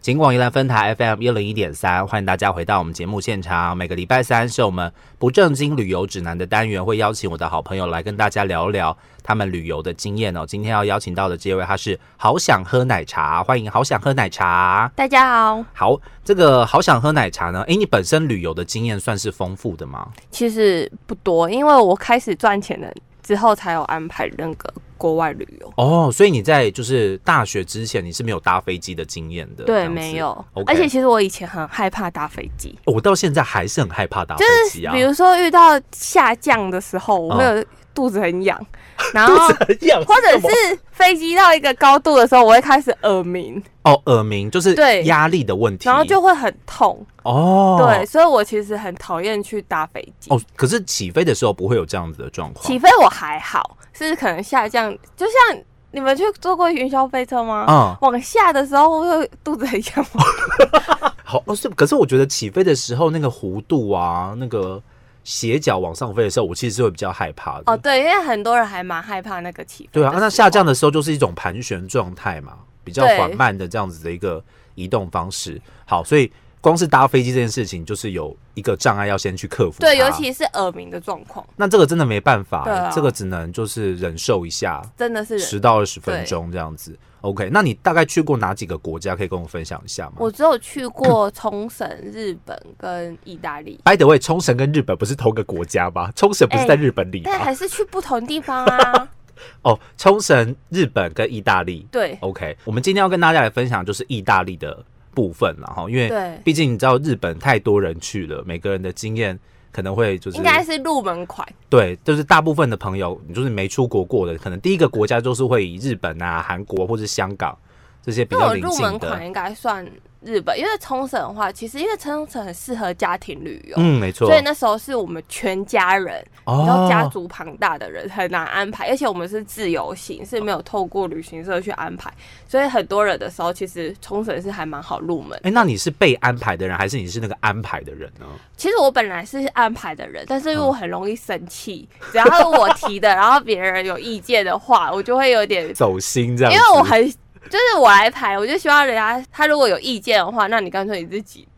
金广宜兰分台 FM 一零一点三，欢迎大家回到我们节目现场。每个礼拜三是我们不正经旅游指南的单元，会邀请我的好朋友来跟大家聊聊他们旅游的经验哦。今天要邀请到的这位，他是好想喝奶茶，欢迎好想喝奶茶。大家好，好，这个好想喝奶茶呢？诶，你本身旅游的经验算是丰富的吗？其实不多，因为我开始赚钱了之后才有安排那个国外旅游。哦，所以你在就是大学之前，你是没有搭飞机的经验的，这对，样子没有。 OK 而且其实我以前很害怕搭飞机，我到现在还是很害怕搭飞机啊 比，如说遇到下降的时候，我会有肚子很 痒，然后一样或者什么是飞机到一个高度的时候，我会开始耳 鸣，哦耳鸣，就是对压力的问题，然后就会很痛。哦对，所以我其实很讨厌去搭飞机。哦，可是起飞的时候不会有这样子的状况起飞我还好，是可能下降，就像你们去坐过云霄飞车吗？啊、往下的时候会肚子很痒吗？好哦是，可是我觉得起飞的时候那个弧度啊，那个斜角往上飞的时候，我其实是会比较害怕的。哦，对，因为很多人还蛮害怕那个起飞。对啊，那下降的时候就是一种盘旋状态嘛，比较对缓慢的这样子的一个移动方式。好，所以光是搭飞机这件事情，就是有一个障碍要先去克服它。对，尤其是耳鸣的状况，那这个真的没办法、对啊这个只能就是忍受一下，真的是人。十到二十分钟这样子。OK，那你大概去过哪几个国家？可以跟我分享一下吗？我只有去过冲绳、日本跟意大利， By the way，冲绳跟日本不是同个国家吧？冲绳不是在日本里吗？但还是去不同地 方啊。哦，冲绳、日本跟意大利。对 OK，我们今天要跟大家来分享就是意大利的部分了哈，因为对，毕竟你知道日本太多人去了，每个人的经验可能会就是应该是入门款。对，就是大部分的朋友，你就是没出国过的，可能第一个国家就是会以日本啊、韩国或是香港这些比那我较临入近门的款。应该算日本，因为冲绳的话，其实因为冲绳很适合家庭旅游，嗯，没错。所以那时候是我们全家人，哦，然后家族庞大的人很难安排，而且我们是自由行，是没有透过旅行社去安排，所以很多人的时候，其实冲绳是还蛮好入门。哎、那你是被安排的人，还是你是那个安排的人呢？其实我本来是安排的人，但是嗯因为我很容易生气，只要是我提的，然后别人有意见的话，我就会有点，走心这样因子，为我很就是我来排，我就希望人家他如果有意见的话，那你干脆你自己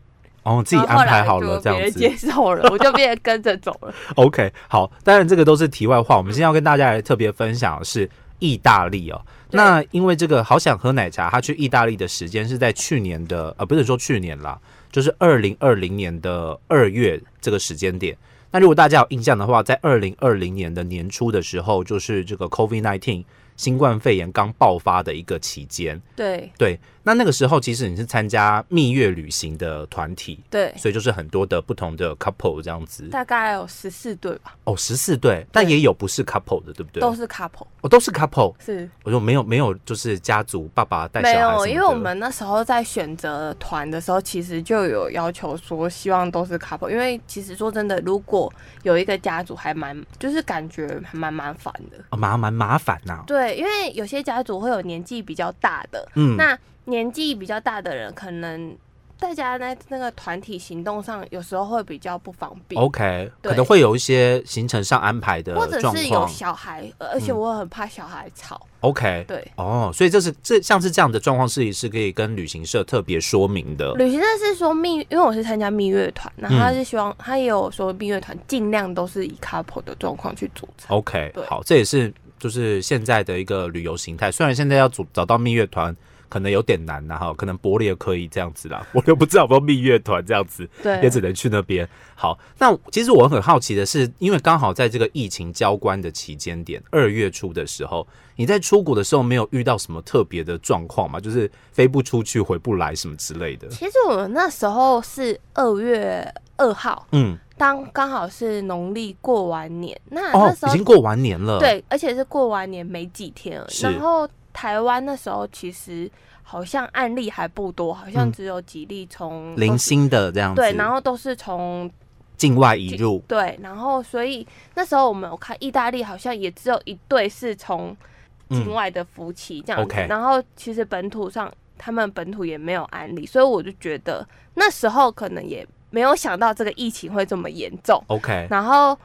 哦自自己安排好了这别样人子接。受了，我就变得跟着走了。 OK，好，当然这个都是题外话。我们今天要跟大家来特别分享的是意大利哦。对那因为这个好想喝奶茶，他去意大利的时间是在去年的，呃，不是说去年啦，就是二零二零年的二月这个时间点。那如果大家有印象的话，在二零二零年的年初的时候，就是这个 COVID nineteen 新冠肺炎刚爆发的一个期间。对对，那那个时候其实你是参加蜜月旅行的团体，对，所以就是很多的不同的 couple 这样子。大概有十四对吧，哦，十四对，但也有不是 couple 的，对不对？都是 couple 哦，都是 couple。是。我说没有没有，就是家族爸爸带小没孩有，什么因为我的们那时候在选择团的时候，其实就有要求说，希望都是 couple，因为其实说真的，如果有一个家族还蛮，就是感觉还蛮麻烦的。哦麻蛮麻烦呐、对，因为有些家族会有年纪比较大的，嗯，那年纪比较大的人，可能大家在那个团体行动上，有时候会比较不方便。 OK，对可能会有一些行程上安排的或者状是有况。嗯小孩，呃而且我很怕小孩吵。 OK，对，哦，所以这是这像是这样的状况是是可以跟旅行社特别说明的。旅行社是说蜜，因为我是参加蜜月团，然后嗯他是希望、他也有说蜜月团尽量都是以 couple 的状况去组成。 OK，对好，这也是就是现在的一个旅游形态。虽然现在要组找到蜜月团可能有点难呐、哈，可能柏列可以这样子啦，我又不知道有没有蜜月团这样子。也对只能去那边。好，那其实我很好奇的是，因为刚好在这个疫情交关的期间点，二月初的时候，你在出国的时候没有遇到什么特别的状况吗？就是飞不出去、回不来什么之类的？其实我们那时候是二月二号，嗯，当刚好是农历过完年，啊那哦那时，已候、经过完年了。，对，而且是过完年没几天而已。是然后台湾那时候其实好像案例还不多，好像嗯只有几例从零星的这样子。对，然后都是从境外移入。对，然后所以那时候我们有看意大利好像也只有一对是从境外的夫妻这样子， OK 然后其实本土上他们本土也没有案例，所以我就觉得那时候可能也没有想到这个疫情会这么严重， OK，然后。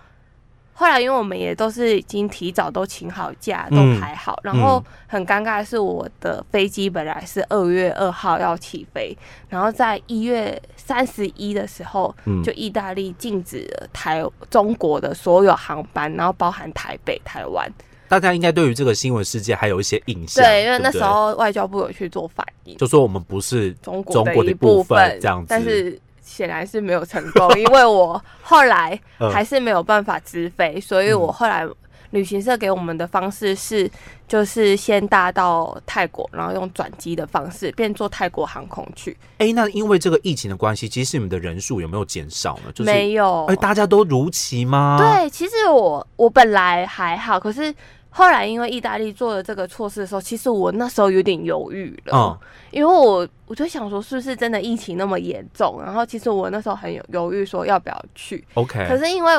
后来因为我们也都是已经提早都请好假，都嗯排好，然后很尴尬的是我的飞机本来是二月二号要起飞，然后在一月三十一的时候嗯，就意大利禁止了台中国的所有航班，然后包含台北、台湾。大家应该对于这个新闻事件还有一些印象，对，因为不那时候外交部有去做反应，就说我们不是中国国的一一部分分这样子但是显然是没有成功，因为我后来嗯还是没有办法直飞，所以我后来旅行社给我们的方式是，就是先搭到泰国，然后用转机的方式，便坐泰国航空去，哎，那因为这个疫情的关系，其实你们的人数有没有减少呢？就是没有哎，。大家都如期吗？，对，其实我我本来还好，可是后来因为意大利做了这个措施的时候，其实我那时候有点犹豫了。嗯，因为我我就想说，是不是真的疫情那么严重？然后其实我那时候很有犹豫，说要不要去。可 OK，是因为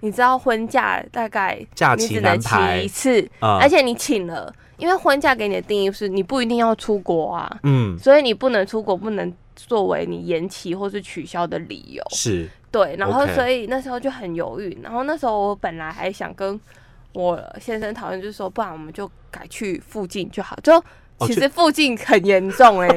你知道婚假大概哎假你期只难能请排一，次，嗯而且你请了，因为婚假给你的定义是你不一定要出国啊，嗯，所以你不能出国，不能作为你延期或是取消的理由。是，对，然后 OK 所以那时候就很犹豫，然后那时候我本来还想跟我先生讨论，就是说，不然我们就改去附近就好，就哦其去实附近很严重 哎、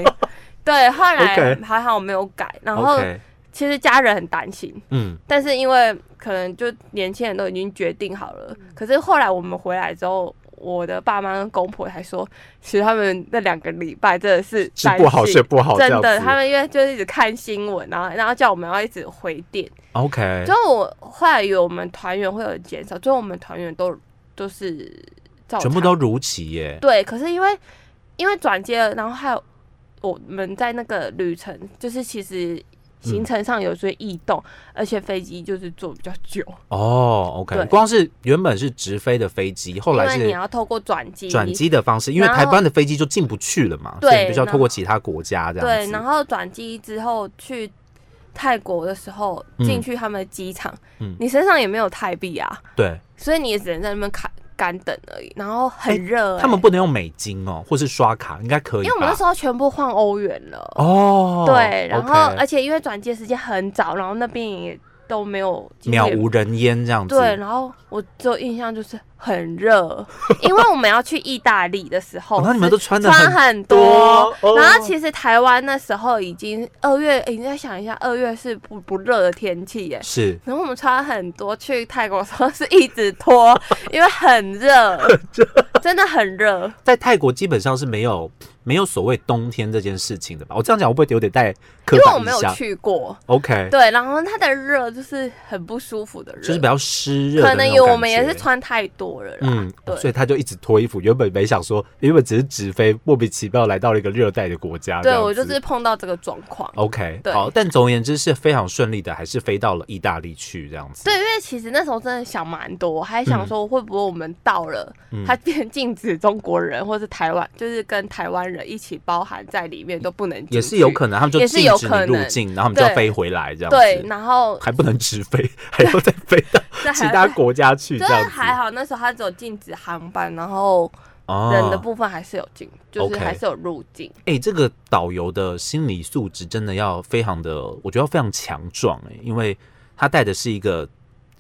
对，后来 OK 还好我没有改，然后 OK，其实家人很担心，嗯，但是因为可能就年轻人都已经决定好了，可是后来我们回来之后。我的爸妈跟公婆还说，其实他们那两个礼拜真的是是担不好心睡不好这真样的，子他们因为就是一直看新闻，啊然后然后叫我们要一直回电， ，OK，就我后来以为我们团员会有减少，最后我们团员都都是照常全部都如期耶，对，可是因为因为转接了，然后还有我们在那个旅程，就是其实行程上有些异动，而且飞机就是坐比较久，哦，OK，对光是原本是直飞的飞机，后因来为你是要透过转机转。机的方式，因为然台后湾的飞机就进不去了嘛，所以对你必须要然透过其他国家这样对，子。然后转机之后去泰国的时候，嗯进去他们的机场，嗯你身上也没有泰币啊，对所以你也只能在那边干干等而已，然后很哎热欸、他们不能用美金哦，或是刷卡，应该可以因为我们那吧时？候全部换欧元了。哦，对，然后 OK 而且因为转接时间很早，然后那边也都没有几乎也渺无人烟这样子。对，然后我就印象就是 很热，因为我们要去意大利的时候哦，是，那你们都穿的穿很很多多。哦然后其实台湾那时候已经二月，诶你再想一下，二月是不不热的天气耶。是然后我们穿很多，去泰国的时候是一直脱，因为 很热，真的很热。在泰国基本上是没有没有所谓冬天这件事情的吧？我这样讲会不会有点带刻因为我板没印有象去过， ？OK，对，然后它的热就是很不舒服的热，就是比较湿热的可那种感能觉，有我们也是穿太多了啦，嗯，对所以他就一直脱衣服。原本没想说，原本只是直飞，莫名其妙来到了一个热带的国家。啊这对样哦我就子是碰到这个状况。 OK，对好。但总而言之是非常顺利的，还是飞到了意大利去这样子。对，因为其实那时候真的想蛮多，我还想说会不会我们到了，嗯它变禁止中国人或是台湾，就是跟台湾人一起包含在里面都不能，也是有可能，他们就也是禁有止可你入能境，然后他们就要对飞回来这样子。对，然后还不能直飞，还要再飞 到这其还他国家去这这样还子。好，那时候它只有禁止航班，然后哦人的部分还是有进，就是 OK 还是有入境。哎、这个导游的心理素质真的要非常的，我觉得要非常强壮哎、因为他带的是一个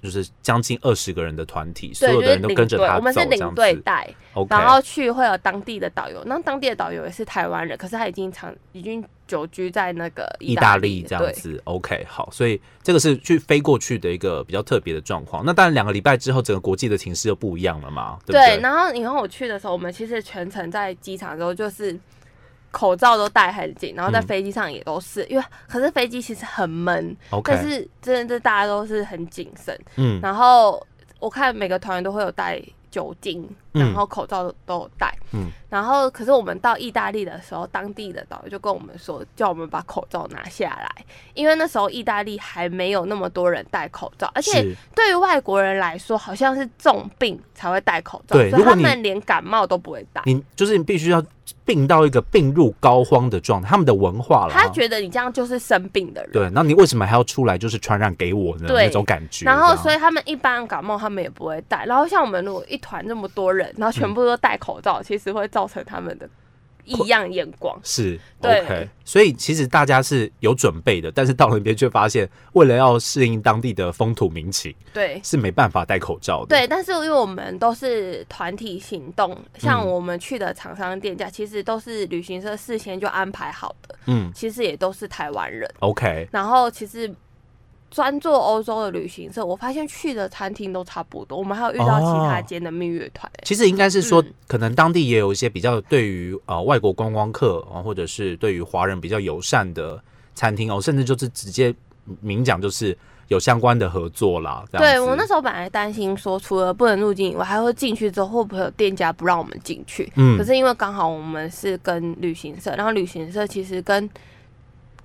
就是将近二十个人的团体，所对，有就的是人都领跟着队，他我走们是这领样队子。带， OK，然后去会有当地的导游，那当地的导游也是台湾人，可是他已经长已经久居在那个意大大利这样对子，OK，好，所以这个是去飞过去的一个比较特别的状况。那当然，两个礼拜之后，整个国际的情势就不一样了嘛，对不对？然后以后我去的时候，我们其实全程在机场的时候就是口罩都戴很紧，然后在嗯飞机上也都是，因为可是飞机其实很闷， OK，但是真的是大家都是很谨慎。嗯然后我看每个团员都会有带酒精，嗯然后口罩都都有戴。嗯然后可是我们到意大利的时候，当地的导游就跟我们说，叫我们把口罩拿下来，因为那时候意大利还没有那么多人戴口罩，而且是对于外国人来说，好像是重病才会戴口罩，对所以如果他你们连感冒都不会戴。你就是你必须要病到一个病入膏肓的状态，他们的文化了哈。他觉得你这样就是生病的人，对，那你为什么还要出来就是传染给我呢？对那种感觉。然后所以以他们一般感冒他们也不会戴。然后像我们如果一团这么多人，然后全部都戴口罩，其实会造成他们的异样眼光。是对 OK，所以其实大家是有准备的，但是到了那边却发现，为了要适应当地的风土民情，对是没办法戴口罩的。对，但是因为我们都是团体行动，像我们去的厂商店家，其实都是旅行社事先就安排好的，嗯其实也都是台湾人。 ，OK，然后其实专做欧洲的旅行社，我发现去的餐厅都差不多。我们还有遇到其他间的蜜月团、欸其实应该是说嗯，可能当地也有一些比较对于呃外国观光客啊、或者是对于华人比较友善的餐厅哦，甚至就是直接明讲就是有相关的合作啦。这样对子我那时候本来担心说，除了不能入境以外，还会进去之后会不会有店家不让我们进去？嗯可是因为刚好我们是跟旅行社，然后旅行社其实跟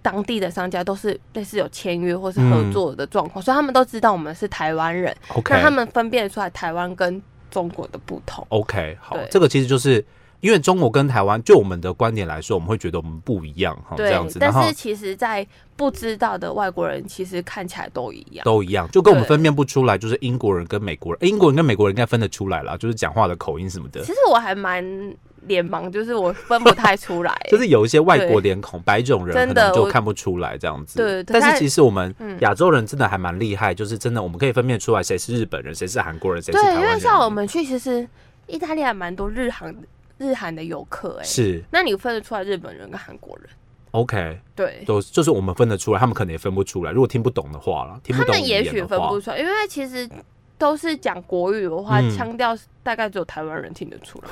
当地的商家都是类似有签约或是合作的状况，所以他们都知道我们是台湾人，嗯 OK，那他们分辨出来台湾跟中国的不同。 OK，好对，这个其实就是因为中国跟台湾，就我们的观点来说，我们会觉得我们不一样哦哈，这对样，子，但然后是其实，在不知道的外国人，其实看起来都一样。都一样，就跟我们对分辨不出来，就是英国人跟美国人，诶英国人跟美国人应该分得出来啦，就是讲话的口音什么的。其，实我还蛮脸盲，就是我分不太出来 就是有一些外国脸孔、白种人真可的能就我看不出来这样子。对对但但是其实我们嗯亚洲人真的还蛮厉害，就是真的我们可以分辨出来谁是日本人，谁是韩国人，谁是台对，湾因人。为像我们去，其实意大利还蛮多日韩日韩的游客哎、是那你分得出来日本人跟韩国人？ OK，对，都就是我们分得出来，他们可能也分不出来。如果听不懂的话啦，听他不懂们语也言许的分话不出来，因为其实都是讲国语的话，嗯腔调大概只有台湾人听得出来。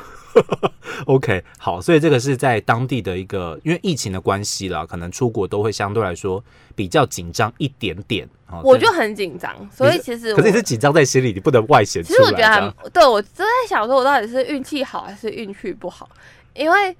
OK，好，所以这个是在当地的一个，因为疫情的关系啦，可能出国都会相对来说比较紧张一点点。哦、我对就很紧张，所以其实我可是你是紧张在心里，你不能外显其出实来我这觉得样。还对我正在想说，我到底是运气好还是运气不好？因为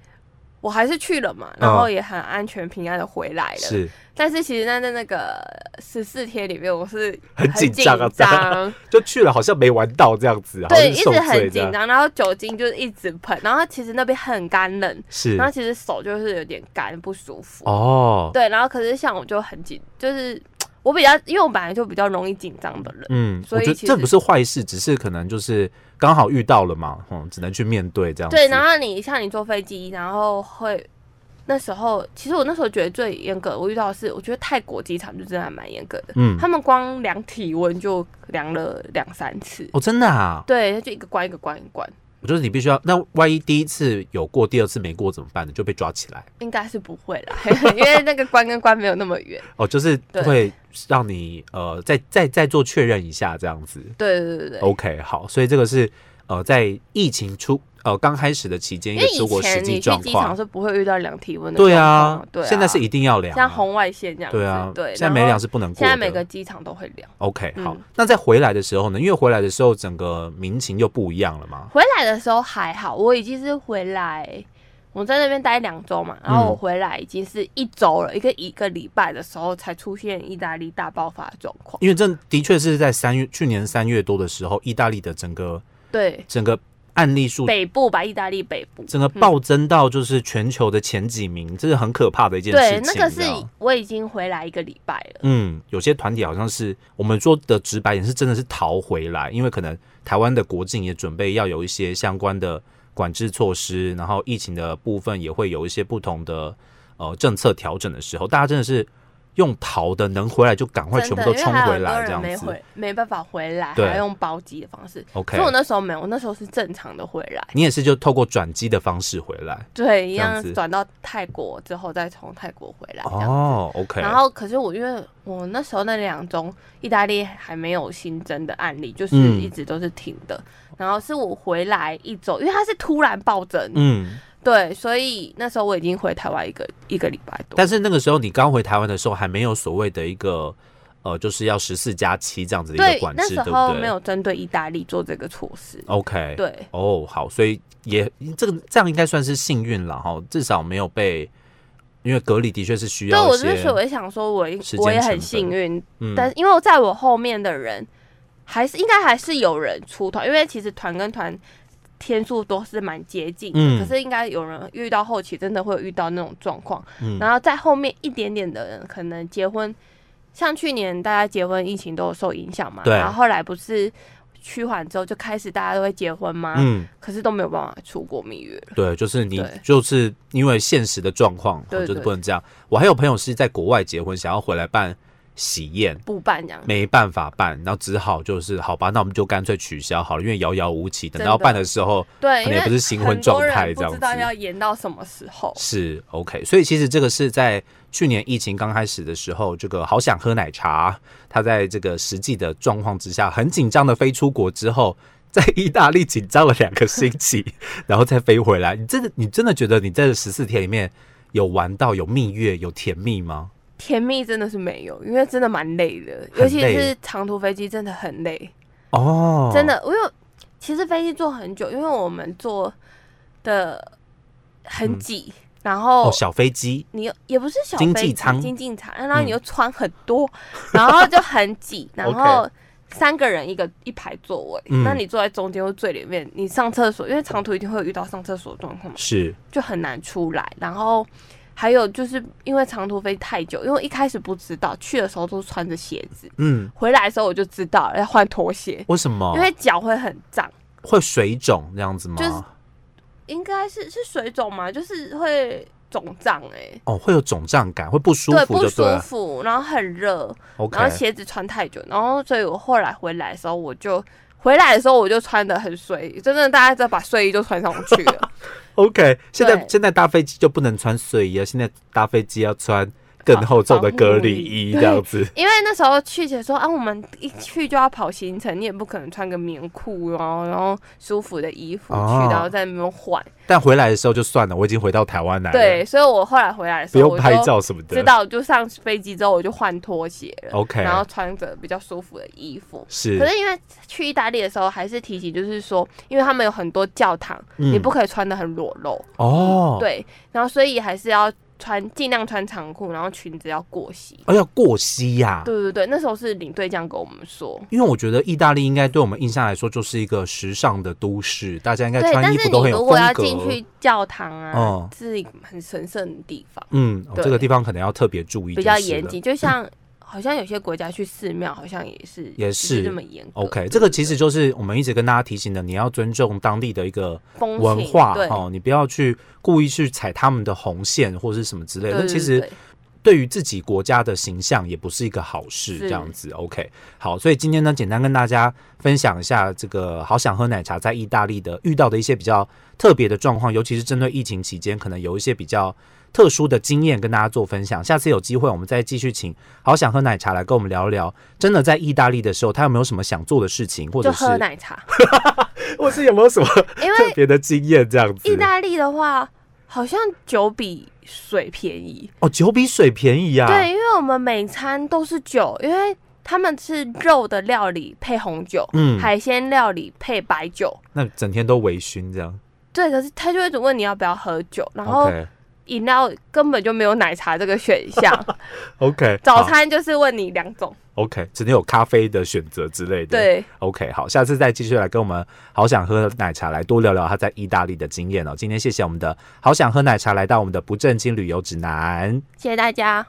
我还是去了嘛，然后也很安全平安的回来了。嗯是但是其实那在那个十四天里面，我是很紧紧张啊张就去了，好像没玩到这样子，啊好像对，是一受直罪很这紧样。张，然后酒精就是一直喷，然后其实那边很干冷，是然后其实手就是有点干不舒服。哦，对，然后可是像我就很紧，就是我比较，因为我本来就比较容易紧张的人。嗯，我所以觉得其这实不是坏事，只是可能就是刚好遇到了嘛，嗯，只能去面对这样子。对，然后你像你坐飞机，然后会那时候，其实我那时候觉得最严格，我遇到的是，我觉得泰国机场就真的还蛮严格的，嗯，他们光量体温就量了两三次，哦，真的啊，对，就一个关一个关一个关，就是你必须要，那万一第一次有过，第二次没过怎么办呢？就被抓起来。应该是不会啦， 因为那个关跟关没有那么远。哦，就是对会让你呃再再再做确认一下这样子。对对对对对。 OK，好，所以这个是呃在疫情出呃刚开始的期间一因个为出以国实前际你去状机场况，是不会遇到量体温的对状啊况，对啊，现在是一定要量啊，像红外线这样子，对啊，对，现在没然后量是不能过的。现在每个机场都会量。 OK 好嗯，那在回来的时候呢？因为回来的时候整个民情又不一样了嘛。回来的时候还好，我已经是回来，我在那边待两周嘛，嗯然后我回来已经是一周了，一个一个礼拜的时候才出现意大利大爆发的状况。因为这的确是在三月，去年三月多的时候，意大利的整个对，整个案例数北部吧，意大利北部。整个暴增到就是全球的前几名，这是很可怕的一件事对情。，那个你知是道我已经回来一个礼拜了。嗯，有些团体好像是我们说的直白点是真的是逃回来，因为可能台湾的国境也准备要有一些相关的管制措施，然后疫情的部分也会有一些不同的呃政策调整的时候，大家真的是用逃的，能回来就赶快全真部都的，因为冲还有回很多来这样人没子。回，没办法回来，对还要用包机的方式。所 OK，以我那时候没有，我那时候是正常的回来，你也是就透过转机的方式回来对，一这样样子转到泰国之后再从泰国回来。这样子哦，OK，然后，可是我因为我那时候那两宗意大利还没有新增的案例，就是嗯一直都是停的。然后是我回来一周，因为它是突然暴增，嗯，对，所以那时候我已经回台湾一个一个礼拜多。但是那个时候你刚回台湾的时候还没有所谓的一个呃，就是要十四加七这样子的一对个管，那制，时对候不没对有针对意大利做这个措施。 ？OK，对，哦，好，所以也这个这样应该算是幸运了哈，至少没有被，因为隔离的确是需对要我一就是些所，以想说我一时间我也成很本幸运，嗯但因为在我后面的人还是应该还是有人出团，因为其实团跟团天数都是蛮接近的，嗯可是应该有人遇到后期真的会有遇到那种状况，嗯然后在后面一点点的人可能结婚，像去年大家结婚疫情都有受影响嘛，对然后后来不是。趋缓之后，就开始大家都会结婚吗？嗯，可是都没有办法出国蜜月了。对，就是你对就是因为现实的状况，对就是对不能这样。我还有朋友是在国外结婚，想要回来办喜宴，不办这样，没办法办，然后只好就是好吧，那我们就干脆取消好了，因为遥遥无期。等真的到办的时候，对，可因能为也不是新婚状态很多人不知这样道子要延到什么时候。是 OK，所以其实这个是在去年疫情刚开始的时候，这个好想喝奶茶，他在这个实际的状况之下，很紧张的飞出国之后，在意大利紧张了两个星期， 然后再飞回来。你真的你真的觉得你在十四天里面有玩到有蜜月有甜蜜吗？甜蜜真的是没有，因为真的蛮累的，很尤其累是长途飞机真的很累，哦，真的。我有其实飞机坐很久，因为我们坐的很挤，然后嗯哦，小飞机你又也不是小经飞济机舱经济舱，然后嗯你又穿很多，然后就很挤，然后三个人一个一排座位，嗯那你坐在中间或最里面，你上厕所，因为长途一定会有遇到上厕所的状况嘛，是就很难出来。然后还有就是因为长途飞太久，因为我一开始不知道，去的时候都穿着鞋子，嗯，回来的时候我就知道要换拖鞋，为什么因为脚会很胀，会水肿这样子吗？就是应该是是水肿嘛，就是会肿胀哎、哦，会有肿胀感，会不舒对，服不就舒对了。服，然后很热， OK，然后鞋子穿太久，然后所以我后来回来的时候，我就回来的时候我就穿的很随意，真的大家只要把睡衣就穿上去了， OK，现在对现在搭飞机就不能穿睡衣了，现在搭飞机要穿更厚重的隔离衣这啊防样子。因为那时候去姐说啊，我们一去就要跑行程，你也不可能穿个棉裤，然后然后舒服的衣服去，哦然后在那边换，但回来的时候就算了，我已经回到台湾来了，对，，所以我后来回来的哎不时候，用我拍就照什么的。知道，就上飞机之后我就换拖鞋了 OK 然后穿着比较舒服的衣服，是可，是因为去意大利的时候，还是提醒，就是说，因为他们有很多教堂，嗯你不可以穿的很裸露，哦，，对，然后所以还是要穿尽量穿长裤，然后裙子要过膝。哦要过膝呀、对对对，那时候是领队这样跟我们说，因为我觉得意大利应该对我们印象来说就是一个时尚的都市，大家应该对，穿但衣是服都你很有如果要风进格去。教堂啊，嗯是一个很神圣的地方，嗯、哦对这个地方可能要特别注意，比较严谨，。就像好像有些国家去寺庙，好像也是也是是这么严格。 OK，对这个对其实就是我们一直跟大家提醒的，你要尊重当地的一个风情文化对哦，你不要去故意去踩他们的红线或者是什么之类对的。那对其对实对对于自己国家的形象也不是一个好事，是这样子。OK，好，所以今天呢，简单跟大家分享一下这个好想喝奶茶在意大利的遇到的一些比较特别的状况，尤其是针对疫情期间，可能有一些比较特殊的经验跟大家做分享。下次有机会，我们再继续请好想喝奶茶来跟我们聊一聊，真的在意大利的时候，他有没有什么想做的事情，或者就是喝 奶茶，或是有没有 什么因特为别的经验这样意子？大利的话，好像酒比水便宜。哦，酒比水便宜啊！对，因为我们每餐都是酒，因为他们是肉的料理配红酒，嗯海鲜料理配白酒。那整天都微醺这样。对，可是他就一直问你要不要喝酒，然后 OK 饮料根本就没有奶茶这个选项， OK，早好餐就是问你两种。 OK，只能有咖啡的选择之类的。对， ，OK，好，下次再继续来跟我们好想喝奶茶来多聊聊他在意大利的经验哦。今天谢谢我们的好想喝奶茶来到我们的不正经旅游指南。谢谢大家。